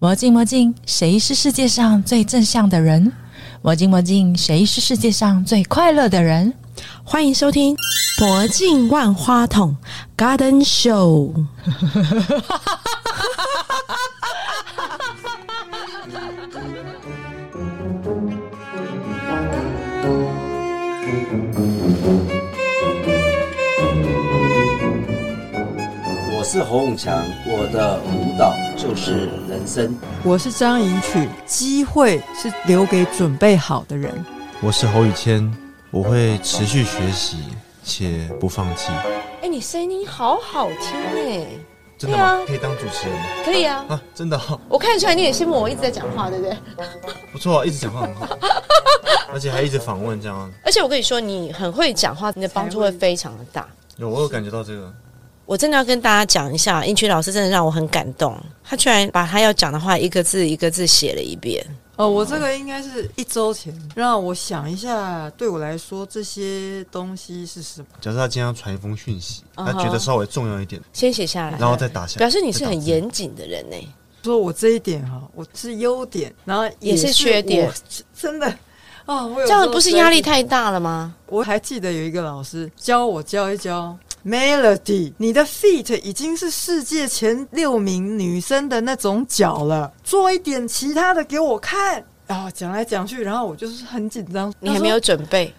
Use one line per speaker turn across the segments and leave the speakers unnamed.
魔镜魔镜，谁是世界上最正向的人？魔镜魔镜，谁是世界上最快乐的人？
欢迎收听《魔镜万花筒》Garden Show。
我是侯永强，我的舞蹈就是人生。
我是张颖曲，机会是留给准备好的人。
我是侯宇谦，我会持续学习且不放弃。
哎、你声音好好听哎，
真
的吗对啊
可以当主持人
可以啊，
啊？真的、哦，
我看得出来你也羡慕我一直在讲话，对不对？
不错、啊，一直讲话很 好，而且还一直访问这样。啊
而且我跟你说，你很会讲话，你的帮助会非常的大。
有，我有感觉到这个。
我真的要跟大家讲一下，英曲老师真的让我很感动，他居然把他要讲的话一个字一个字写了一遍。
哦，我这个应该是一周前，让我想一下，对我来说这些东西是什么？
假设他今天要传一封讯息，
嗯
他
哼
觉得稍微重要一点，
先写下
哎
来，
然后再打下来。
表示你是
再打
很
字
严谨的人欸呢。
说我这一点哈，我是优点，然后
也是缺点
我，真的。哦，我有
这
时候
样不是压力太大了吗？
我还记得有一个老师教我教一教 Melody，你的 feet 已经是世界前六名女生的那种脚了，做一点其他的给我看。然后讲来讲去，然后我就是很紧张。
你还没有
他说
准备，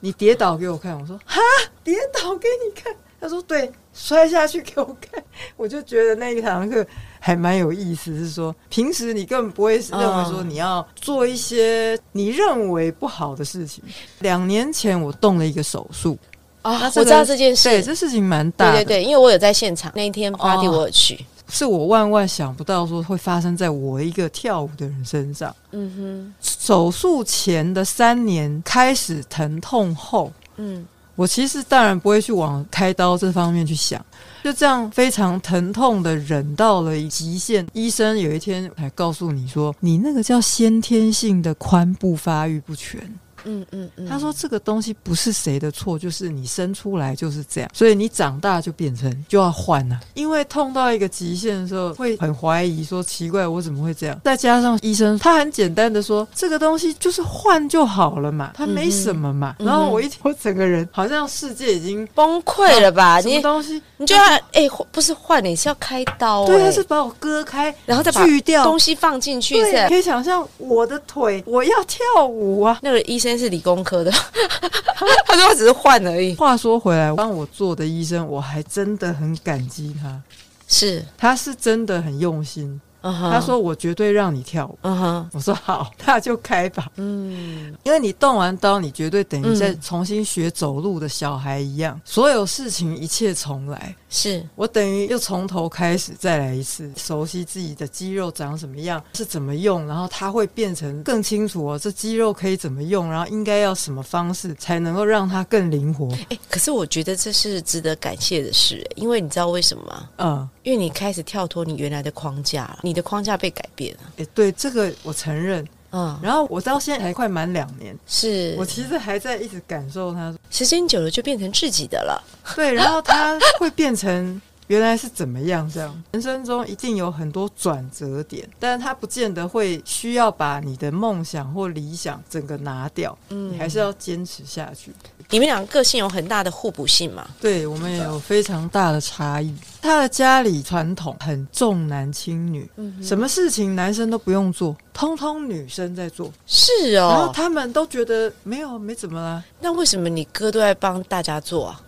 你跌倒给我看，我说哈，跌倒给你看。他说对，摔下去给我看。我就觉得那一堂课还蛮有意思，是说平时你根本不会认为说
嗯
你要做一些你认为不好的事情。两年前我动了一个手术，
啊，
这
我知
个
道这件事。
对，这事情蛮大
对
的，哦
对对，因为我有在现场，那一天 party 我有去。
是我万万想不到说会发生在我一个跳舞的人身上。
嗯
手术前的三年开始疼痛后，
哼，嗯，
我其实当然不会去往开刀这方面去想，就这样非常疼痛的忍到了极限。医生有一天还告诉你说，你那个叫先天性的髋部发育不全。
嗯嗯嗯，
他说这个东西不是谁的错，就是你生出来就是这样，所以你长大就变成就要换了、因为痛到一个极限的时候，会很怀疑说奇怪我怎么会这样。再加上医生他很简单的说这个东西就是换就好了嘛，他没什么嘛。
嗯哼
然后我一听我整个人好像世界已经
崩溃了吧？
什么
啊你
东西，
你就要哎、不是换你是要开刀、哎
对，啊他是把我割开，
然后再把
锯掉
东西放进去
对，可
是。
以想象我的腿，我要跳舞啊。
那个医生是理工科的， 他说他只是换而已。
话说回来，帮我做的医生，我还真的很感激他。
是，
他是真的很用心。
嗯哼，
他，说：“我绝对让你跳舞。
嗯哼，”
我说：“好， 那就开吧。
嗯，
因为你动完刀，你绝对等于在
嗯
重新学走路的小孩一样，所有事情一切重来。
是，
我等于又从头开始再来一次，熟悉自己的肌肉长什么样，是怎么用，然后它会变成更清楚哦，这肌肉可以怎么用，然后应该要什么方式才能够让它更灵活。
哎、可是我觉得这是值得感谢的事、哎因为你知道为什么吗？
嗯，
因为你开始跳脱你原来的框架了，你的框架被改变了。
诶，对，这个我承认。
嗯，
然后我到现在才快满两年，
是
我，其实还在一直感受它
时间久了就变成自己的了。
对，然后它会变成原来是怎么样这样。 人生中一定有很多转折点，但是它不见得会需要把你的梦想或理想整个拿掉，
嗯
你还是要坚持下去。
你们两个个性有很大的互补性嘛？
对我们也有非常大的差异。他的家里传统很重男轻女，
嗯
什么事情男生都不用做，通通女生在做，
是
然后
哦，
他们都觉得没有没怎么啦。
那为什么你哥都在帮大家做啊？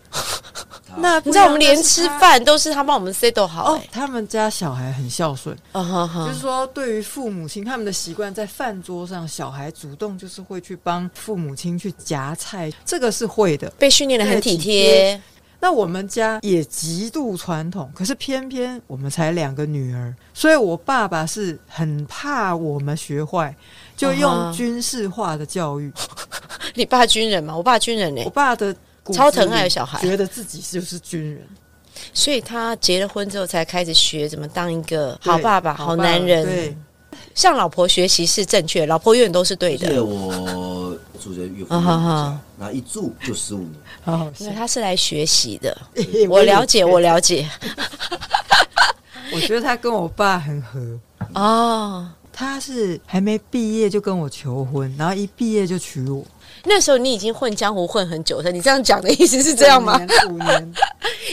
那
你知道我们连
不一
吃
样
饭都是他帮我们 settle 好、
哦
哎，
啊他们家小孩很孝顺。
哦，哈哈
就是说，对于父母亲他们的习惯，在饭桌上，小孩主动就是会去帮父母亲去夹菜，这个是会的。
被训练的很体
对体
贴
贴，那我们家也极度传统，可是偏偏我们才两个女儿，所以我爸爸是很怕我们学坏，就
啊哈
用军事化的教育。
你爸军人嘛，我爸军人哎呢、
我爸的骨子里
超疼爱小孩
觉得自己就是军人，
所以他结了婚之后才开始学怎么当一个好
对
爸爸、好男人，
对，
向老婆学习是正确，老婆永远都是对
谢谢
的。
我住在岳父岳母
啊哈
家
哈，
然后一住就十五年。
好好
因
笑
为。他是来学习的，
嘿
我了解，我
了，
了解。
我觉得他跟我爸很合。
哦，
他是还没毕业就跟我求婚，然后一毕业就娶我，
那时候你已经混江湖混很久了，你这样讲的意思是这样吗？
五年？五年，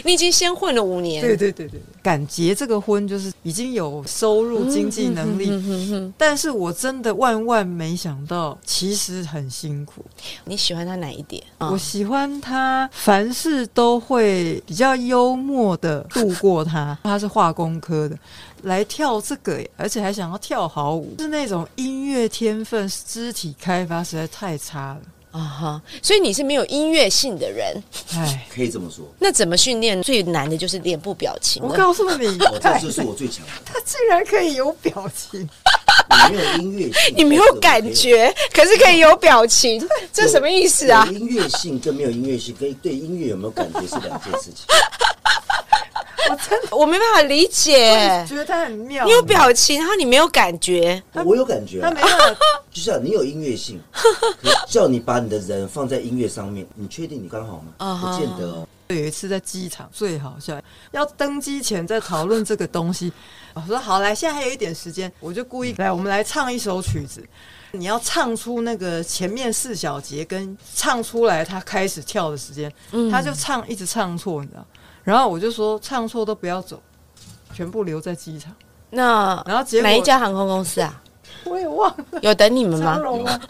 你已经先混了五年，
嗯对对对对，感觉这个婚就是已经有收入、经济能力，
嗯哼哼
但是我真的万万没想到，其实很辛苦。
你喜欢他哪一点？
我喜欢他，凡事都会比较幽默的度过他。他是化工科的，来跳这个耶，而且还想要跳好舞，是那种音乐天分、肢体开发实在太差了。
啊哈，所以你是没有音乐性的人，
唉，
可以这么说，
那怎么训练？最难的就是脸部表情
我
了。
告诉你，
我这
唉
就是我最强的，
他竟然可以有表情，
我没有音乐性，
你没有感觉，可是可以有表情，这什么意思啊
有？音乐性跟没有音乐性，跟对音乐有没有感觉是两件事 情。
我没办法理解。
觉得他很妙。
哎你有表情，然后你没有感觉，
我有感觉、
他
啊
没，办法，
就像你有音 乐性，可是叫你把你的人放在音乐上面，你确定你刚好吗？
啊哈
不见得哦。
有一次在机场最好笑，要登机前在讨论这个东西。我说好来，现在还有一点时间，我就
嗯
故意来，我们来唱一首曲子。你要唱出那个前面四小节，跟唱出来他开始跳的时间，
嗯
他就唱一直唱错，你知道？然后我就说唱错都不要走，全部留在机场。
那
然后结果
哪一家航空公司啊？
我也忘了
有等你们
张
吗？
荣啊，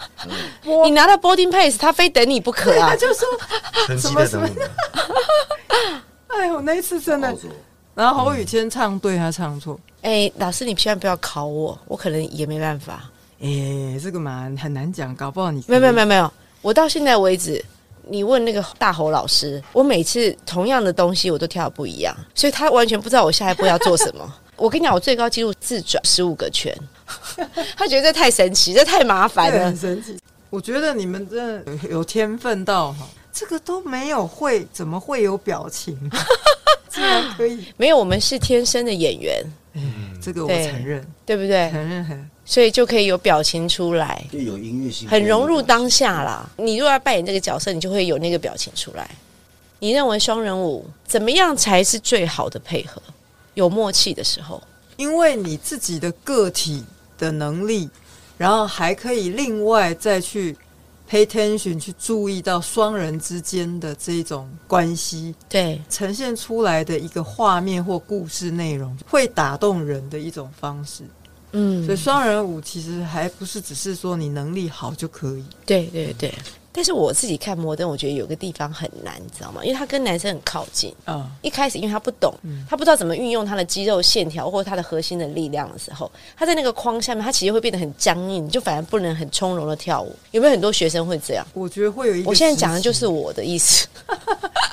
你拿到 boarding pass，他非等你不可啊
他！就说，
很期
什
待
么
等我们。
哎呦，那一次真
哦
的
澳。洲
然后侯宇谦唱对，他唱错，
哎，老师，你千万不要考我，我可能也没办法。
哎、这个蛮很难讲，搞不好你
嗯没有没有没有没有，我到现在为止，你问那个大侯老师，我每次同样的东西我都跳得不一样，所以他完全不知道我下一步要做什么。我跟你讲，我最高纪录自转十五个圈，他觉得这太神奇，这太麻烦
对
了
很。神奇。我觉得你们真的有有天分到哈，这个都没有会，怎么会有表情？啊 竟然可以，
没有，我们是天生的演员，
这个我
对
承认，
对不嗯对？
承认很
所以就可以有表情出来，
对有音乐性，
很融入当下啦。你如果要扮演这个角色，你就会有那个表情出来。你认为双人舞怎么样才是最好的配合？有默契的时候，
因为你自己的个体的能力，然后还可以另外再去 pay attention 去注意到双人之间的这种关系，
对，
呈现出来的一个画面或故事内容，会打动人的一种方式。
嗯
所以双人舞其实还不是只是说你能力好就可以。
对对对。但是我自己看摩登，我觉得有个地方很难，你知道吗？因为他跟男生很靠近。
啊，
一开始因为他不懂，他不知道怎么运用他的肌肉线条或者他的核心的力量的时候，他在那个框下面，他其实会变得很僵硬，你就反而不能很从容的跳舞。有没有很多学生会这样？
我觉得会有一个时期。
我现在讲的就是我的意思。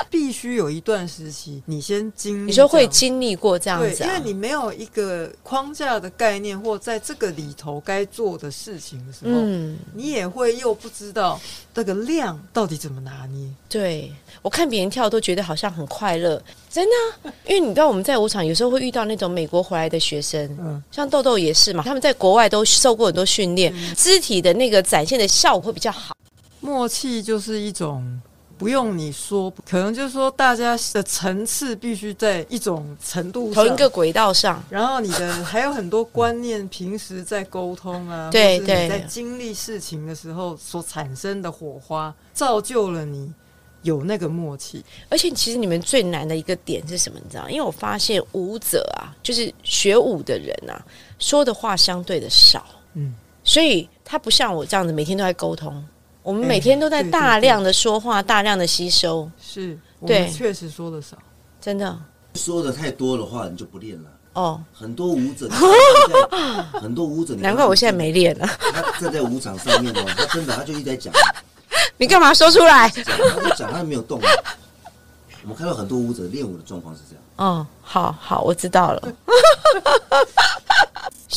必须有一段时期，你先经历。
你说会经历过这样
对，
子
因为
啊？
你没有一个框架的概念，或在这个里头该做的事情的时候，
嗯，
你也会又不知道这个量到底怎么拿捏。
对，我看别人跳都觉得好像很快乐，真的啊、因为你知道我们在舞场有时候会遇到那种美国回来的学生，
嗯
像豆豆也是嘛，他们在国外都受过很多训练，肢体的那个展现的效果会比较好。
默契就是一种。不用你说，可能就是说大家的层次必须在一种程度上，
同一个轨道上，
然后你的还有很多观念，平时在沟通啊，
对
或是
对
你在经历事情的时候所产生的火花，造就了你有那个默契。
而且其实你们最难的一个点是什么？你知道？因为我发现舞者啊，就是学舞的人啊，说的话相对的少，
嗯，
所以他不像我这样子每天都在沟通，我们
哎
每天都在
对对
大
对
量的说话，大量的吸收，
是我
对
们确实说的少，
真的
说的太多的话，你就不练了。
哦。
很多舞 者，你看他在很多舞者，你看
难怪我现在没练了。
他站在舞场上面哦，他真的他就一直在讲，
你干嘛说出来？
讲，他就讲，他没有动。啊我们看到很多舞者练舞的状况是这样，
哦，好好，我知道了。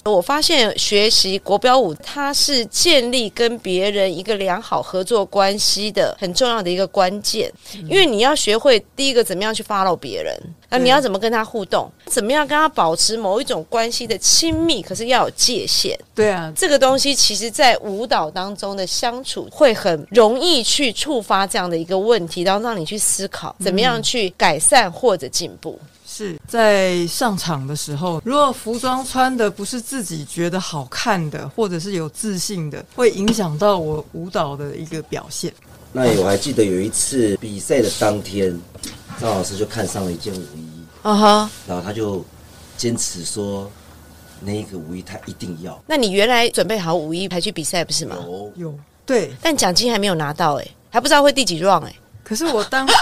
我发现学习国标舞，它是建立跟别人一个良好合作关系的很重要的一个关键，因为你要学会第一个怎么样去 follow 别人，那你要怎么跟他互动，怎么样跟他保持某一种关系的亲密，可是要有界限。
对啊，
这个东西其实，在舞蹈当中的相处会很容易去触发这样的一个问题，然后让你去思考怎么样去改善或者进步。
是在上场的时候，如果服装穿的不是自己觉得好看的，或者是有自信的，会影响到我舞蹈的一个表现。
那我还记得有一次比赛的当天，张老师就看上了一件舞衣，
嗯
啊哈，
然后他就坚持说那一个舞衣他一定要。
那你原来准备好五一才去比赛不是吗？
有
有对，
但奖金还没有拿到哎、还不知道会第几 round 哎、
可是我当下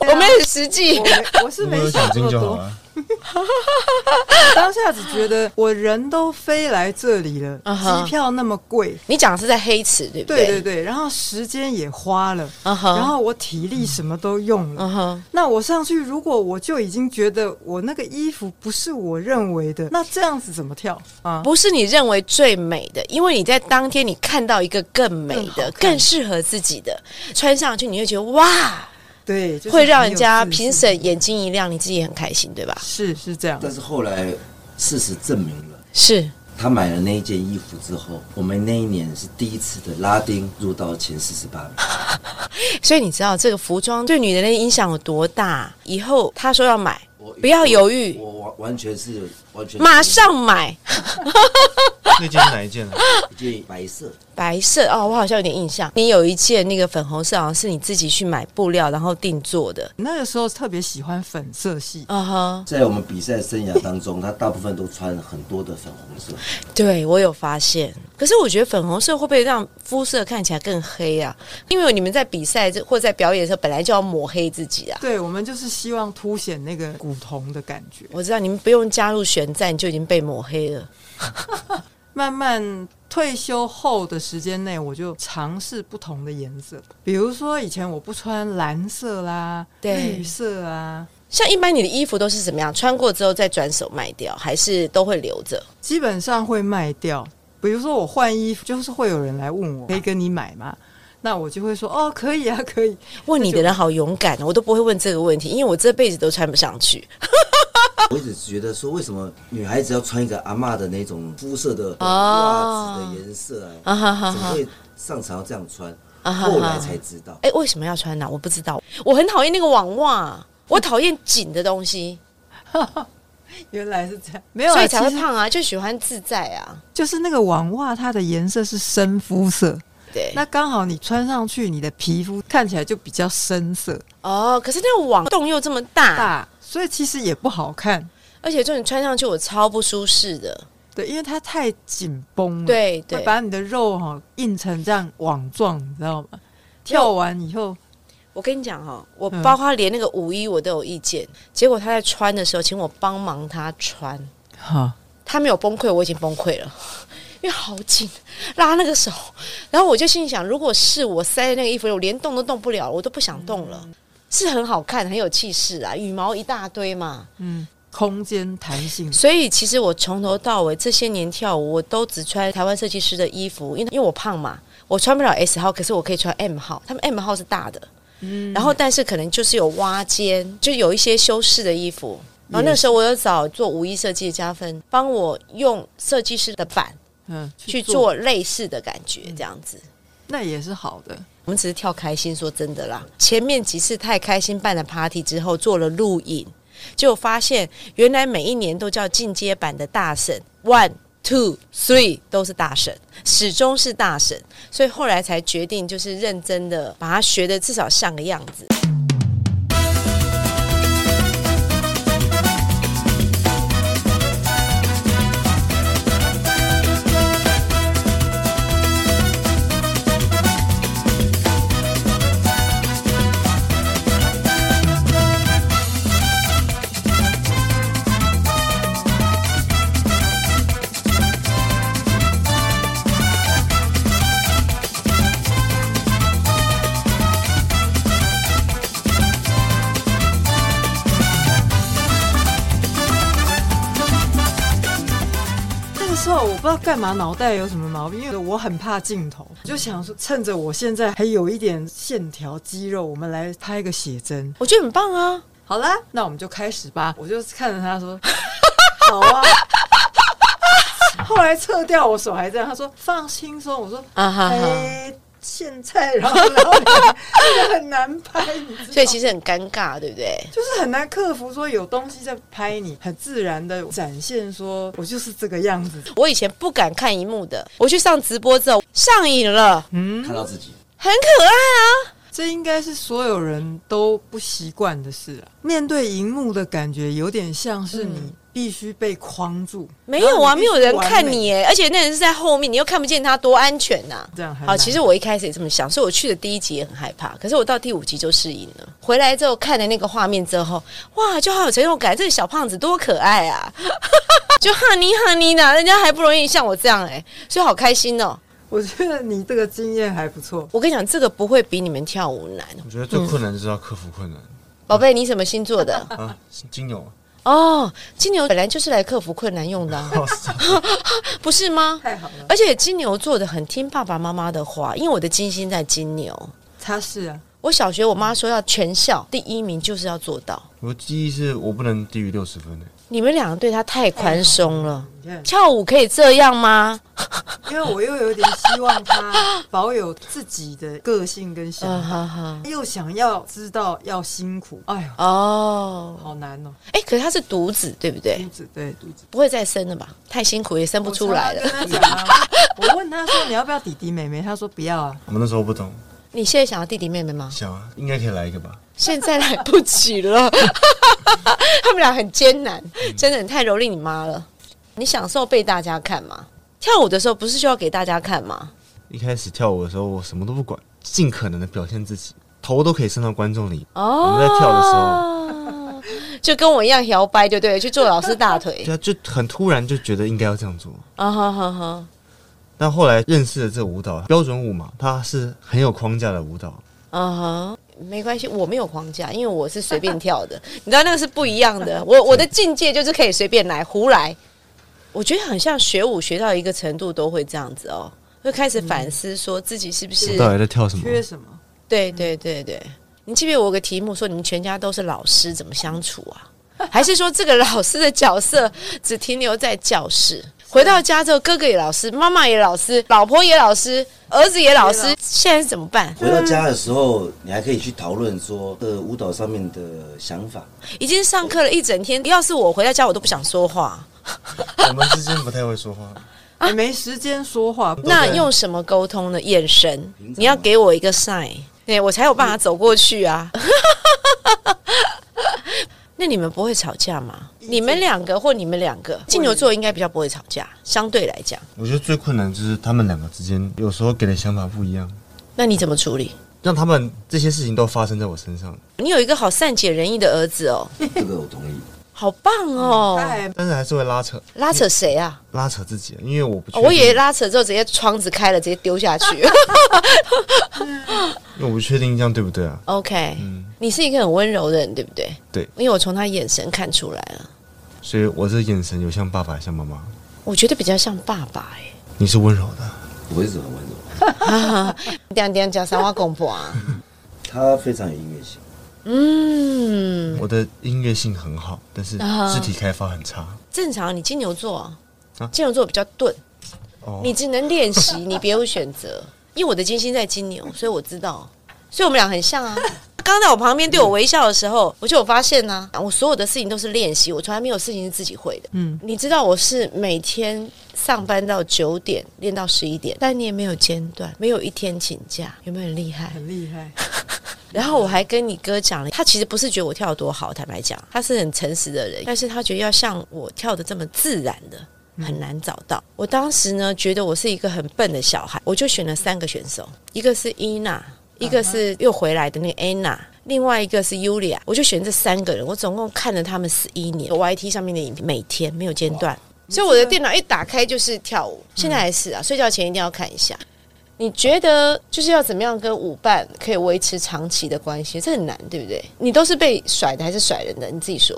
我们很实际
我。没我是
如果
没
有
想
奖
这
金
么
就好啊
多，
了。
当下只觉得我人都飞来这里了，
啊哈
机票那么贵，
你讲的是在黑池对不
对
对
对对，然后时间也花了，
嗯哼
然后我体力什么都用了。
嗯哼，
那我上去，如果我就已经觉得我那个衣服不是我认为的，那这样子怎么跳啊？
不是你认为最美的，因为你在当天你看到一个更美的、
更好看
更适合自己的，穿上去你会觉得哇，
对，就是
会让
很有
人家
自信
评审眼睛一亮，你自己也很开心，对吧？
是是这样，
但是后来事实证明了。
是，
他买了那一件衣服之后，我们那一年是第一次的拉丁入到前四十八名。
所以你知道这个服装对女人的影响有多大？以后她说要买，不要犹豫，
我完完全是完全
马上买
那件是哪一件啊？
一件白色，
白色哦，我好像有点印象，你有一件那个粉红色，好像是你自己去买布料然后定做的，
那个时候特别喜欢粉色系，
啊哈，
在我们比赛生涯当中，他大部分都穿很多的粉红色。
哦对我有发现。可是我觉得粉红色会不会让肤色看起来更黑啊？因为你们在比赛或在表演的时候本来就要抹黑自己啊。
对我们就是希望凸显那个古铜的感觉。
我知道你们不用加入选战就已经被抹黑了。
慢慢退休后的时间内，我就尝试不同的颜色，比如说以前我不穿蓝色啦、
对
绿色啊，
像一般你的衣服都是怎么样？穿过之后再转手卖掉，还是都会留着？
基本上会卖掉。比如说我换衣服，就是会有人来问我可以跟你买吗？那我就会说哦，可以啊，可以。
问你的人好勇敢哦，我都不会问这个问题，因为我这辈子都穿不上去。
我一直觉得说，为什么女孩子要穿一个阿嬷的那种肤色的袜子的颜色
啊
啊？
哈哈
怎么
哈！
会上场要这样穿？
啊哈
后来
哈！
才知道，
哎、为什么要穿呢、我不知道，我很讨厌那个网袜，我讨厌紧的东西，
原来是这样，没有、啊，
所以才会
其实
胖啊，就喜欢自在啊。
就是那个网袜，它的颜色是深肤色，
对，
那刚好你穿上去，你的皮肤看起来就比较深色
哦，可是那个网洞又这么大，
大，所以其实也不好看。
而且这种穿上去我超不舒适的。
对，因为它太紧绷了，，
对对
会，把你的肉哈、印成这样网状，你知道吗？跳完以后，
我跟你讲哈、哦，我
嗯
包括连那个五一我都有意见，结果他在穿的时候，请我帮忙他穿，
哈，
他没有崩溃，我已经崩溃了。 因为好紧，拉那个手，然后我就心里想，如果是我塞在那个衣服里，我连动都动不了，我都不想动了。是很好看，很有气势啊，羽毛一大堆嘛。
嗯，空间弹性，
所以其实我从头到尾这些年跳舞，我都只穿台湾设计师的衣服，因为因为我胖嘛，我穿不了 S 号，可是我可以穿 M 号，他们 M 号是大的，
嗯，
然后但是可能就是有挖肩，就有一些修饰的衣服。然后那时候我有找做无衣设计的加分，帮我用设计师的版
嗯，
去做类似的感觉，这样子。
那也是好的。
我们只是跳开心，说真的啦。前面几次太开心，办了 party 之后做了录影，就发现原来每一年都叫进阶版的大神，one two three 都是大神，始终是大神，所以后来才决定就是认真的把它学的至少像个样子。
那个时候我不知道干嘛，脑袋有什么毛病，因为我很怕镜头，我就想说趁着我现在还有一点线条肌肉，我们来拍个写真。
我觉得很棒啊！
好啦，那我们就开始吧。我就看着他说：“好啊。”后来撤掉我手还这样，他说：“放轻松。”我说：“
啊哈哈
哎，现在，然后然后你真的很难拍，你知道
所以其实很尴尬，对不对？
就是很难克服说有东西在拍你，很自然的展现说我就是这个样子。
我以前不敢看荧幕的，我去上直播之后上瘾了，
嗯，
看到自己，
很可爱啊。
这应该是所有人都不习惯的事啊。面对荧幕的感觉，有点像是你必须被框住，
没有啊，
然后
没
你必须
有人看
完美，
你耶，而且那人是在后面，你又看不见他，多安全呐、
这样很
好，
难
其实我一开始也这么想，所以我去的第一集也很害怕，可是我到第五集就适应了。回来之后看了那个画面之后，哇，就好有成就感，这个小胖子多可爱啊！ 就哈尼哈尼的，人家还不容易像我这样哎、所以好开心哦。
我觉得你这个经验还不错。
我跟你讲，这个不会比你们跳舞难。
我觉得最困难就是要克服困难、
宝贝，你什么星座的？
嗯
啊！金牛，
哦，金牛本来就是来克服困难用的啊、
哇塞
不是吗？
太好了，
而且金牛座的很听爸爸妈妈的话，因为我的金星在金牛。
他是啊，
我小学我妈说要全校第一名，就是要做到。
我记忆是我不能低于六十分的。
你们两个对他太宽松了，
哎
你看，
跳舞可以这样吗？
因为我又有点希望他保有自己的个性跟
嗯
想
啊
法，
哈哈，
又想要知道要辛苦，哎呀，
哦，
好难哦，
哎、可是他是独子，对不对
嗯
肚？子对肚子
不会再生了吧？太辛苦也哎生不出来
我
了。
常常跟他讲啊，我问他说你要不要弟弟妹妹，他说不要啊。
我们那时候不懂，
你现在想要弟弟妹妹吗？
想啊，应该可以来一个吧？
现在来不及了， 他们俩很艰难，
嗯
真的你太蹂躏你妈了。你享受被大家看吗？跳舞的时候不是就要给大家看吗？
一开始跳舞的时候，我什么都不管，尽可能的表现自己，头都可以伸到观众里。
哦
我们在跳的时
候，啊就跟我一样摇摆，对不对？去做老师大腿
对啊，就很突然就觉得应该要这样做。
啊哈哈哈！
但后来认识了这舞蹈标准舞嘛，它是很有框架的舞蹈。
啊哈，没关系，我没有框架，因为我是随便跳的，你知道那个是不一样的。我我的境界就是可以随便来，胡来。我觉得很像学舞学到一个程度都会这样子哦，会开始反思说自己是不是、
我到底在跳什么？
缺什么？
对对对对，你记不记得我有个题目说你们全家都是老师，怎么相处啊？还是说这个老师的角色只停留在教室？回到家之后，哥哥也老师，妈妈也老师，老婆也老师，儿子也老师，现在是怎么办？
回到家的时候，你还可以去讨论说呃舞蹈上面的想法。
已经上课了一整天，要是我回到家，我都不想说话。
我们之间不太会说话，
也哎没时间说话。
那用什么沟通呢？眼神
平常，吗
你要给我一个 sign，对我才有办法走过去啊。 那你们不会吵架吗？你们两个或你们两个金牛座应该比较不会吵架，相对来讲，
我觉得最困难就是他们两个之间有时候给的想法不一样，
那你怎么处理？
让他们这些事情都发生在我身上，
你有一个好善解人意的儿子哦，
这个我同意。
好棒哦！
他还
但是还是会拉扯
拉扯谁啊？
拉扯自己，因为我不确
哦
定，
我以为拉扯之后直接窗子开了，直接丢下去。
因为我不确定这样对不对啊？
OK，、
嗯
你是一个很温柔的人，对不对？
对，
因为我从他眼神看出来了，
所以我这眼神有像爸爸，像妈妈。
我觉得比较像爸爸 哎、
你是温柔的，
我一直很温柔，
点点讲三话公婆啊，
他非常有音乐性。
嗯，
我的音乐性很好，但是
啊
肢体开发很差。
正常。你金牛座
啊，
金牛座比较钝，
哦，
你只能练 习，你别无选择。因为我的金星在金牛，所以我知道，所以我们俩很像啊。刚在我旁边对我微笑的时候，我就有发现呢、我所有的事情都是练习，我从来没有事情是自己会的。
嗯，
你知道我是每天上班到九点，练到十一点，三年没有间断，没有一天请假，有没有很厉害？
很厉害，
然后我还跟你哥讲了，他其实不是觉得我跳得多好，坦白讲，他是很诚实的人，但是他觉得要像我跳的这么自然的。很难找到。我当时呢，觉得我是一个很笨的小孩，我就选了三个选手，一个是伊娜，一个是又回来的那个 Anna，另外一个是 Yulia，我就选这三个人。我总共看了他们十一年 YT 上面的影片，每天没有间断，所以我的电脑一打开就是跳舞。现在还是啊，睡觉前一定要看一下。你觉得就是要怎么样跟舞伴可以维持长期的关系？这很难，对不对？你都是被甩的还是甩人的？你自己说，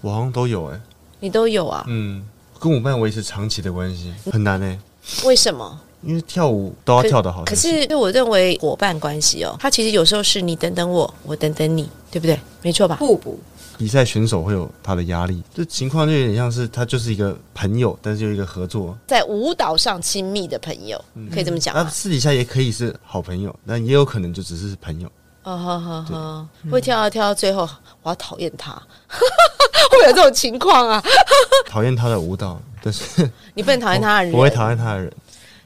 我好像都有哎、
你都有啊？
嗯，跟舞伴维持长期的关系很难哎、
为什么？
因为跳舞都要
嗯可
跳得好才
可
行。
是，我认为伙伴关系哦，它其实有时候是你等等我，我等等你，对不对？没错吧？
互补
比赛选手会有他的压力，这情况就有点像是他就是一个朋友，但是又一个合作，
在舞蹈上亲密的朋友，可以这么讲
嗯
啊
那
吗？
私底下也可以是好朋友，但也有可能就只是朋友。
啊哈哈哈！
嗯
会跳到啊跳到最后，我好讨厌他， 会有这种情况啊！
讨厌他的舞蹈，但是
你不能讨厌他的人，
我会讨厌他的人。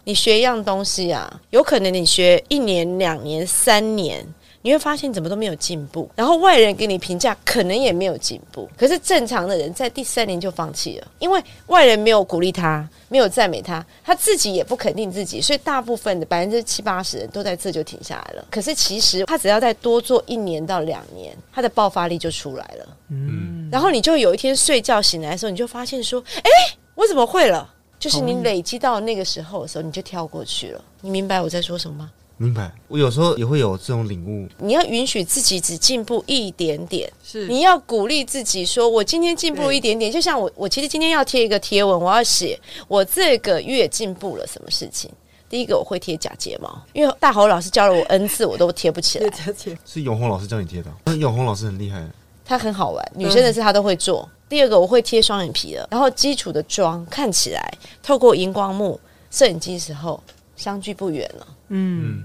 你学一样东西啊，有可能你学一年、两年、三年，你会发现你怎么都没有进步，然后外人给你评价可能也没有进步。可是正常的人在第三年就放弃了，因为外人没有鼓励他，没有赞美他，他自己也不肯定自己，所以大部分的百分之七八十人都在这就停下来了。可是其实他只要再多做一年到两年，他的爆发力就出来了。
嗯，
然后你就有一天睡觉醒来的时候，你就发现说，哎、我怎么会了？就是你累积到那个时候的时候，你就跳过去了。你明白我在说什么吗？
明白，我有时候也会有这种领悟。
你要允许自己只进步一点点，
是
你要鼓励自己说，我今天进步一点点。就像我，我其实今天要贴一个贴文，我要写我这个月进步了什么事情。第一个我会贴假睫毛，因为大侯老师教了我 N 次，我都贴不起来
谢。佳姐，
是永红老师教你贴的哦，但是永红老师很厉害，
它很好玩，女生的事她都会做。第二个我会贴双眼皮的，然后基础的妆看起来透过荧光幕、摄影机时候相距不远了，
嗯，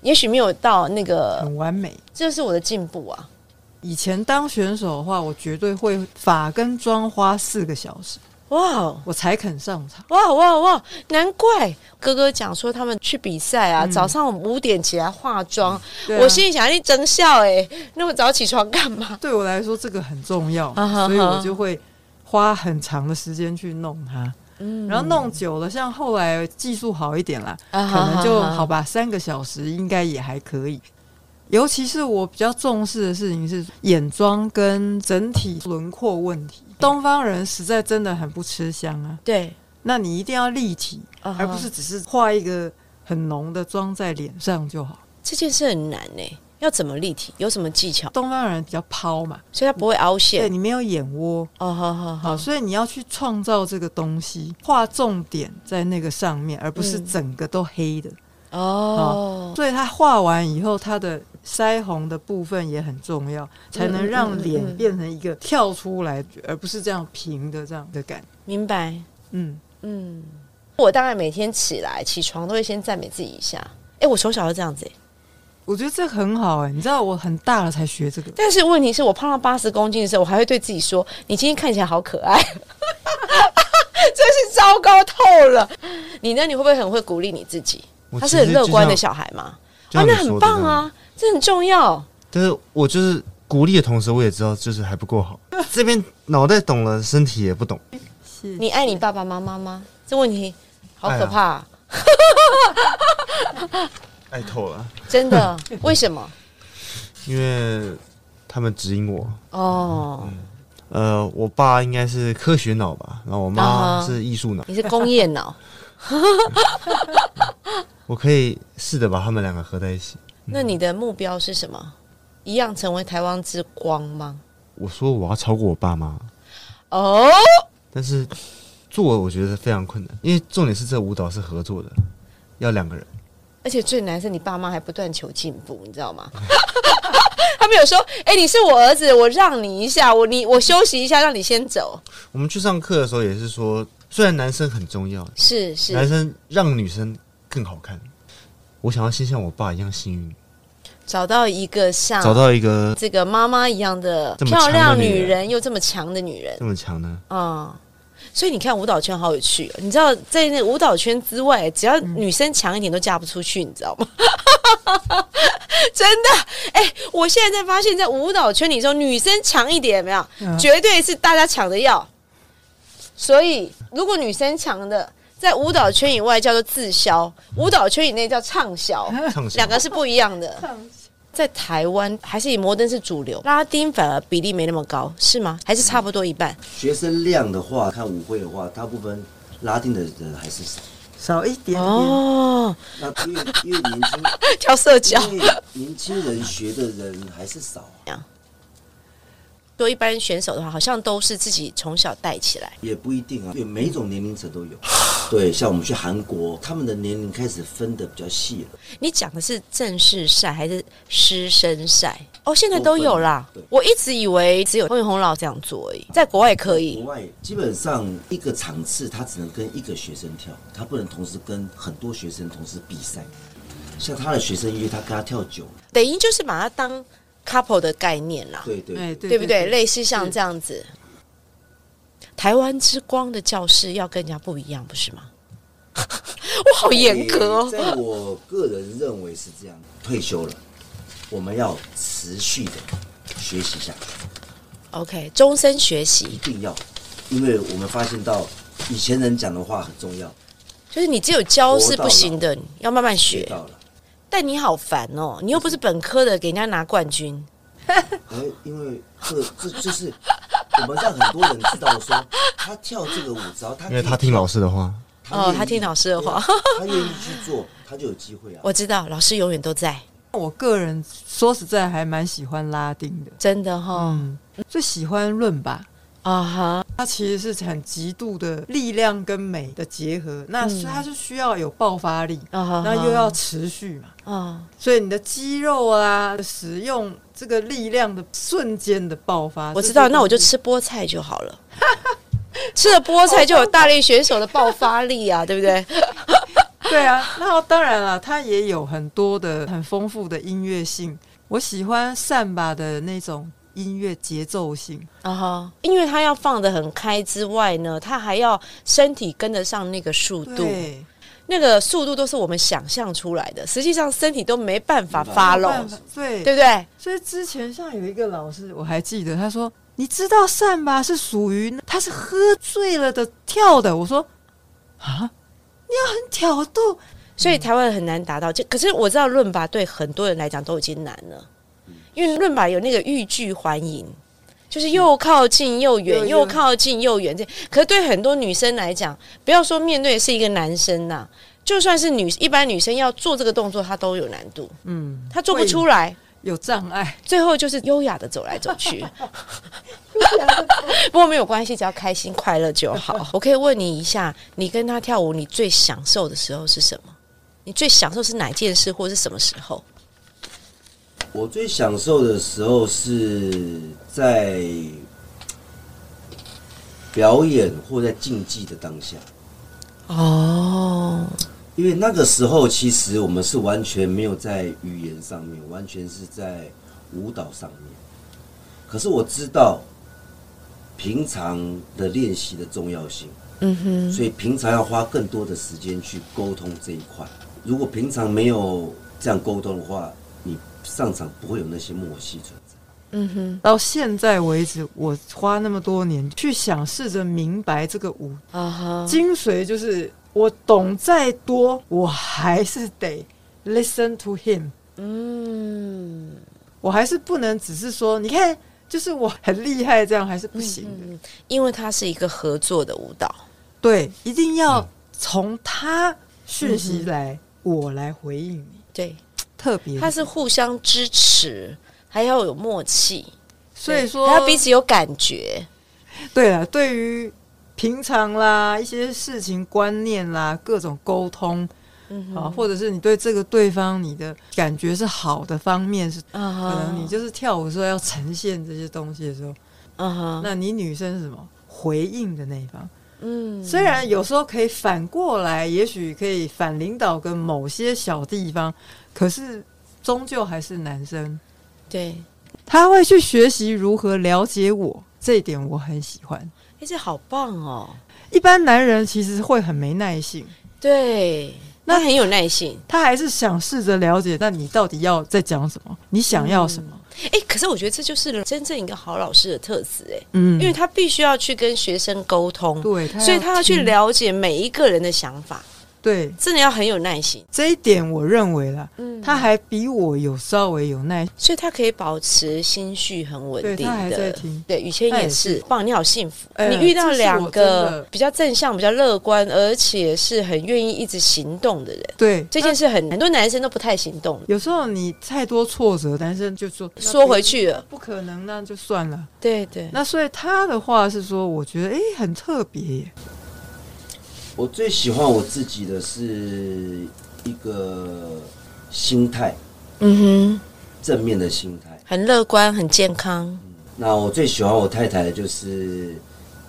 也许没有到那个，
很完美。
这就是我的进步啊。
以前当选手的话，我绝对会发跟妆花四个小时，
哇哦
我才肯上场。
哇哇哇！难怪哥哥讲说他们去比赛啊，早上五点起来化妆，
对啊
我心里想你真笑哎、那么早起床干嘛？
对我来说这个很重要，
啊哈哈
所以我就会花很长的时间去弄它。然后弄久了，像后来技术好一点啦，
嗯啊
可能就
哈哈哈
好吧，三个小时应该也还可以。尤其是我比较重视的事情是眼妆跟整体轮廓问题。
嗯
东方人实在真的很不吃香啊，
对，
那你一定要立体，
啊哈
而不是只是画一个很浓的妆在脸上就好。
这件事很难哎、要怎么立体？有什么技巧？
东方人比较抛嘛，
所以它不会凹
对
陷。
你没有眼窝，
哦，好好好
好，，所以你要去创造这个东西，画重点在那个上面，而不是整个都黑的。
嗯哦，
所以它画完以后，它的腮红的部分也很重要，才能
嗯
让脸变成一个跳出来，而不是这样平的这样的感。
明白。
嗯，
嗯，我大概每天起来起床都会先赞美自己一下。哎、我从小就这样子、欸，
我觉得这个很好哎、你知道我很大了才学这个，
但是问题是我胖到八十公斤的时候，我还会对自己说：“你今天看起来好可爱。” 真是糟糕透了。你呢？你会不会很会鼓励你自己？
我
他
其
是
实
很乐观的
就像
小孩嘛？
就
啊，
像
那
你
很
说的
棒
这样
啊，这很重要。
但是我就是鼓励的同时，我也知道就是还不 够好。这边脑袋懂了，身体也不懂。
你爱你爸爸妈妈吗？这问题好可怕、
哎爱透了，
真 的。为什么？
因为他们指引我。
哦，
呃，我爸应该是科学脑吧，然后我
啊
妈
哈
是艺术脑。
你是工业脑。
我可以试着把他们两个合在一起。
那你的目标是什么？一样成为台湾之光吗？
我说我要超过我爸妈，
哦、
但是做我觉得非常困难，因为重点是这舞蹈是合作的，要两个人。
而且最难是你爸妈还不断求进步，你知道吗？ 他们有说：“哎、你是我儿子，我让你一下，我你我休息一下，让你先走。
我们去上课的时候也是说，虽然男生很重要，
是”是
男生让女生更好看。我想要先像我爸一样幸运，
找到一个像
找到一个
这个妈妈一样的
这么强
漂
的
亮
女
女
人
人，又这么强的女人
这 么强的。
啊、所以你看舞蹈圈好有趣哦，你知道在那舞蹈圈之外，只要女生强一点都嫁不出去，你知道吗？ 真的，哎、我现在才发现，在舞蹈圈里头，女生强一点有没有，
嗯
绝对是大家抢着要。所以，如果女生强的，在舞蹈圈以外叫做自销，舞蹈圈以内叫畅销，
唱什么
两个是不一样的。在台湾还是以摩登是主流，拉丁反而比例没那么高，是吗？还是差不多一半？
学生量的话，看舞会的话，大部分拉丁的人还是少。
少一点点。
哦，
那因为因为年轻
跳社交
因为年轻人学的人还是少啊、
对一般选手的话，好像都是自己从小带起来。
也不一定啊，因为每一种年龄层都有。对，像我们去韩国，他们的年龄开始分的比较细了。
你讲的是正式赛还是师生赛？哦，现在都有啦
都分对。
我一直以为只有魏红老这样做而已，在国外也可以
国。外基本上一个场次，他只能跟一个学生跳，他不能同时跟很多学生同时比赛。像他的学生约他跟他跳九，
等于就是把它当 couple 的概念啦，
对对
哎，
对，
对不对？类
似
似像这样子，台湾之光的教室要跟人家不一样，不是吗？ 我好严格
诶
哦，
在我个人认为是这样，退休了，我们要持续的学习下去。
OK，终身学
一
习，
定要，因为我们发现到以前人讲的话很重要，
就是你只有教是不行的，你要慢慢
学
学。
到了。
但你好烦哦，你又不是本科的，给人家拿冠军，
哎，因为这个这就是我们让很多人知道说，他跳这个舞，只要他
因为他听老
师
师的话，
哦他听老师的话，
愿意对啊他愿意去做，他就有机会啊。
我知道，老师永远都在，
我个人说实在还蛮喜欢拉丁的，
真的哈、哦，
嗯，最喜欢论吧。
啊哈，
它其实是很极度的力量跟美的结合，那所以它是需要有爆发力，
嗯啊哈，
那又要持续嘛，
啊，
所以你的肌肉啊使用这个力量的瞬间的爆发，
我知道，
啊这
那我就吃菠菜就好了。 吃了菠菜就有大力选手的爆发力啊，对不 对？
对啊，那当然了，它也有很多的很丰富的音乐性。我喜欢扇吧的那种音乐节奏性，
啊哈，因为他要放的很开之外呢，他还要身体跟得上那个速度，
对，
那个速度都是我们想象出来的，实际上身体都没办法发
没
漏，
有办法对
对不对？
所以之前像有一个老师，我还记得他说：“你知道扇吧是属于他是喝醉了的跳的。”我说：“啊，你要很挑逗。
所以台湾很难达到这。可是我知道论吧对很多人来讲都已经难了，因为论吧有那个欲拒还迎，就是又靠近又远，
嗯
又靠近又远。这可是对很多女生来讲，不要说面对的是一个男生呐、就算是女一般女生要做这个动作，她都有难度，”
嗯，
她做不出来。
有障碍，
最后就是优雅的走来走 去，不过没有关系，只要开心快乐就好。我可以问你一下，你跟他跳舞，你最享受的时候是什么？你最享受是哪件事，或是什么时候？
我最享受的时候是在表演或在竞技的当下，
哦，
因为那个时候其实我们是完全没有在语言上面，完全是在舞蹈上面。可是我知道平常的练习的重要性，
嗯哼，
所以平常要花更多的时间去沟通这一块。如果平常没有这样沟通的话，你上场不会有那些默契存在。
嗯哼，
到现在为止，我花那么多年去想试着明白这个舞
啊哈，
精髓，就是我懂再多，我还是得 listen to him。
嗯，
我还是不能只是说，你看，就是我很厉害，这样还是不行的。
因为它是一个合作的舞蹈，
对，一定
嗯
要从他讯息来，我来回应你。
对，
特别的，
它嗯是互相支持，还要有默契，
所以
对
说
还要彼此有感觉，
对了，对于平常啦一些事情观念啦各种沟通
嗯哼，
啊，或者是你对这个对方你的感觉是好的方面是。
啊
可
哈，
能你就是跳舞的时候要呈现这些东西的时候，
啊哈，
那你女生是什么回应的那一方？
嗯，
虽然有时候可以反过来，也许可以反领导跟某些小地方，可是终究还是男生，
对，
他会去学习如何了解我，这一点我很喜欢。
哎，这好棒哦！
一般男人其实会很没耐性，
对，那很有耐心。
他还是想试着了解，那你到底要在讲什么？你想要什么？
哎，可是我觉得这就是真正一个好老师的特质，哎，
嗯，
因为他必须要去跟学生沟通，
对，
所以他要去
听，
了解每一个人的想法，
对
真的要很有耐心，
这一点，我认为啦，
嗯
他还比我有稍微有耐心，
所以他可以保持心绪很稳
对
定
他还在
的。
听。
对，雨谦
他
也
也
是
是，
哇，你好幸福！
哎
你遇到
这是我
两
真
个
的
比较正向、比较乐观，而且是很愿意一直行动的人，
对，
这件事很很多男生都不太行动。
有时候你太多挫折，男生就 说
缩回，去了
那，不可能，那就算了。
对对，
那所以他的话是说，我觉得哎、诶很特别耶，
我最喜欢我自己的是一个心态，
嗯哼，
正面的心态。
很乐观，很健康，
那我最喜欢我太太的就是，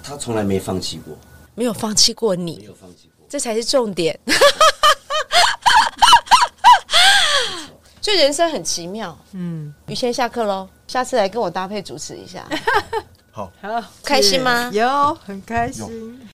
她从来没放弃过，
没有放弃过你
没，有放弃过。
这才是重点。 所以人生很奇妙。
嗯，
雨谦下课喽，下次来跟我搭配主持一下，
好，
好
开心吗
有很开心。